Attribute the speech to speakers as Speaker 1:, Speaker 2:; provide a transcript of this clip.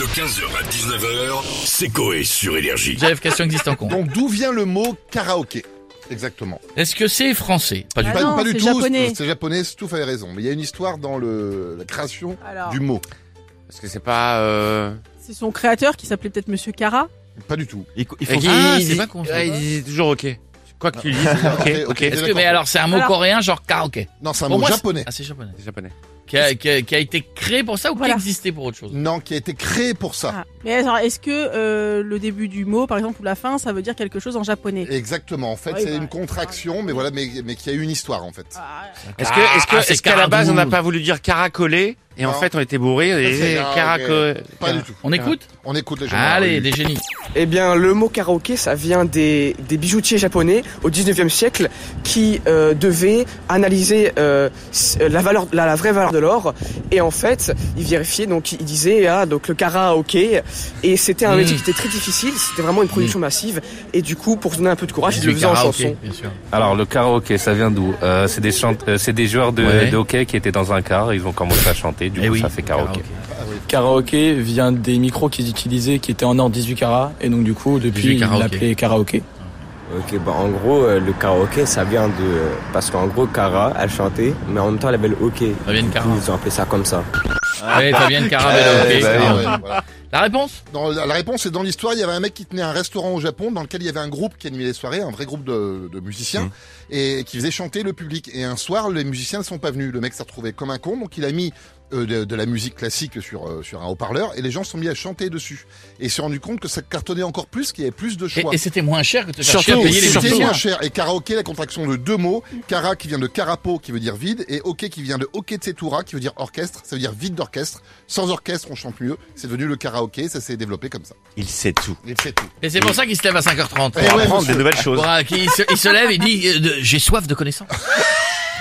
Speaker 1: De 15h à 19h, c'est Coé sur Énergie.
Speaker 2: J'avais question existe en con.
Speaker 3: Donc d'où vient le mot karaoké Exactement.
Speaker 2: Est-ce que c'est français Pas du
Speaker 4: Ah
Speaker 2: tout.
Speaker 3: pas,
Speaker 4: non,
Speaker 3: pas du
Speaker 4: c'est
Speaker 3: tout,
Speaker 4: japonais.
Speaker 3: c'est- c'est japonais, tout avait raison. Mais il y a une histoire dans le, la création
Speaker 4: Alors,
Speaker 3: du mot.
Speaker 5: Parce que c'est pas. Euh...
Speaker 4: c'est son créateur qui s'appelait peut-être Monsieur Cara.
Speaker 3: Pas du tout.
Speaker 6: Il, il
Speaker 5: et
Speaker 6: faut
Speaker 5: qui-
Speaker 2: Ah,
Speaker 5: il
Speaker 2: c'est
Speaker 5: dit-
Speaker 2: pas con, Ah. ça.
Speaker 5: Ah, il disait toujours ok. Quoi que tu dises,
Speaker 3: Ok,
Speaker 5: ok,
Speaker 3: ok.
Speaker 5: ok.
Speaker 2: Est-ce que
Speaker 3: d'accord.
Speaker 2: mais alors c'est un mot
Speaker 4: Alors-
Speaker 2: coréen genre karaoké
Speaker 3: Non, c'est un
Speaker 2: Pour
Speaker 3: mot
Speaker 2: moi, c'est-
Speaker 3: japonais.
Speaker 2: Ah c'est japonais.
Speaker 5: C'est japonais.
Speaker 2: Qui a, qui a- qui a été créé pour ça ou
Speaker 4: Voilà.
Speaker 2: qui existait pour autre chose
Speaker 3: Non, qui a été créé pour ça.
Speaker 4: Ah. Mais alors, est-ce que euh, le début du mot, par exemple, ou la fin, ça veut dire quelque chose en japonais
Speaker 3: Exactement. En fait,
Speaker 4: Oui,
Speaker 3: c'est
Speaker 4: bah,
Speaker 3: une contraction, mais voilà, mais, mais qui a eu une histoire en fait.
Speaker 4: Ah,
Speaker 5: Est-ce que, est-ce que,
Speaker 2: Ah, c'est
Speaker 5: est-ce qu'à la base on n'a
Speaker 2: Caradou.
Speaker 5: pas voulu dire caracolé et en
Speaker 3: Non.
Speaker 5: fait on était bourrés
Speaker 3: C'est-
Speaker 5: et
Speaker 3: non,
Speaker 5: caracolé.
Speaker 3: Pas du tout.
Speaker 2: On écoute
Speaker 3: On écoute les gens.
Speaker 2: Allez, les génies.
Speaker 7: Eh bien, le mot karaoké, ça vient des, des bijoutiers japonais au 19e siècle qui euh, devaient analyser euh, s- la, valeur, la, la vraie valeur de l'or. Et en fait, ils vérifiaient, donc ils disaient, ah, donc le karaoké. Et c'était un
Speaker 2: Mmh.
Speaker 7: métier qui était très difficile, c'était vraiment une production massive. Et du coup, pour se donner un peu de courage, ils Ah, le
Speaker 2: Du
Speaker 7: faisaient en
Speaker 2: karaoké,
Speaker 7: chanson.
Speaker 2: bien sûr.
Speaker 8: Alors le karaoké, ça vient d'où Euh, C'est des chante- euh, c'est des joueurs de,
Speaker 2: Ouais.
Speaker 8: de hockey qui étaient dans un car, ils ont commencé à chanter, du
Speaker 2: Eh
Speaker 8: coup
Speaker 2: oui,
Speaker 8: ça fait karaoké.
Speaker 9: Karaoké vient des micros qu'ils utilisaient qui étaient en or 18 carats et donc du coup
Speaker 2: Du
Speaker 9: depuis ils
Speaker 2: karaoké.
Speaker 9: l'appelaient karaoké.
Speaker 10: Ok, bah en gros, euh, le karaoké, ça vient de... euh, parce qu'en gros, Cara, elle chantait, mais en même temps, elle avait le hockey.
Speaker 2: Fabienne
Speaker 10: Du coup,
Speaker 2: Cara.
Speaker 7: Mm.
Speaker 10: Ils ont appelé ça comme ça.
Speaker 2: Ouais, Fabienne Carabella,
Speaker 3: Euh,
Speaker 2: ok.
Speaker 3: bah,
Speaker 2: Ah.
Speaker 3: ouais, voilà.
Speaker 2: La réponse
Speaker 3: Dans la la réponse est dans l'histoire, il y avait un mec qui tenait un restaurant au Japon dans lequel il y avait un groupe qui animait les soirées, un vrai groupe de, de musiciens, et qui faisait chanter le public. Et un soir, les musiciens ne sont pas venus. Le mec s'est retrouvé comme un con, donc il a mis euh, de, de la musique classique sur, euh, sur un haut-parleur, et les gens se sont mis à chanter dessus. Et il s'est rendu compte que ça cartonnait encore plus, qu'il y avait plus de
Speaker 2: Et,
Speaker 3: choix.
Speaker 2: et c'était moins cher que de te faire
Speaker 5: Surtout,
Speaker 2: chier à payer les
Speaker 3: C'était
Speaker 2: gens.
Speaker 3: moins cher. Et karaoké, la contraction de deux mots. Kara qui vient de carapo, qui veut dire vide, et hockey qui vient de hockey tsetura, qui veut dire orchestre, ça veut dire vide d'orchestre. Sans orchestre, on chante mieux. C'est devenu le karaoké, ça s'est développé comme ça.
Speaker 6: Il sait tout.
Speaker 3: Et c'est tout.
Speaker 2: Et c'est pour ça qu'il se lève à 5h30.
Speaker 3: Eh ouais,
Speaker 6: Prendre
Speaker 3: monsieur.
Speaker 6: des nouvelles choses.
Speaker 2: Pour, euh, qu'il se- il, se, lève et dit euh, de- j'ai soif de connaissances.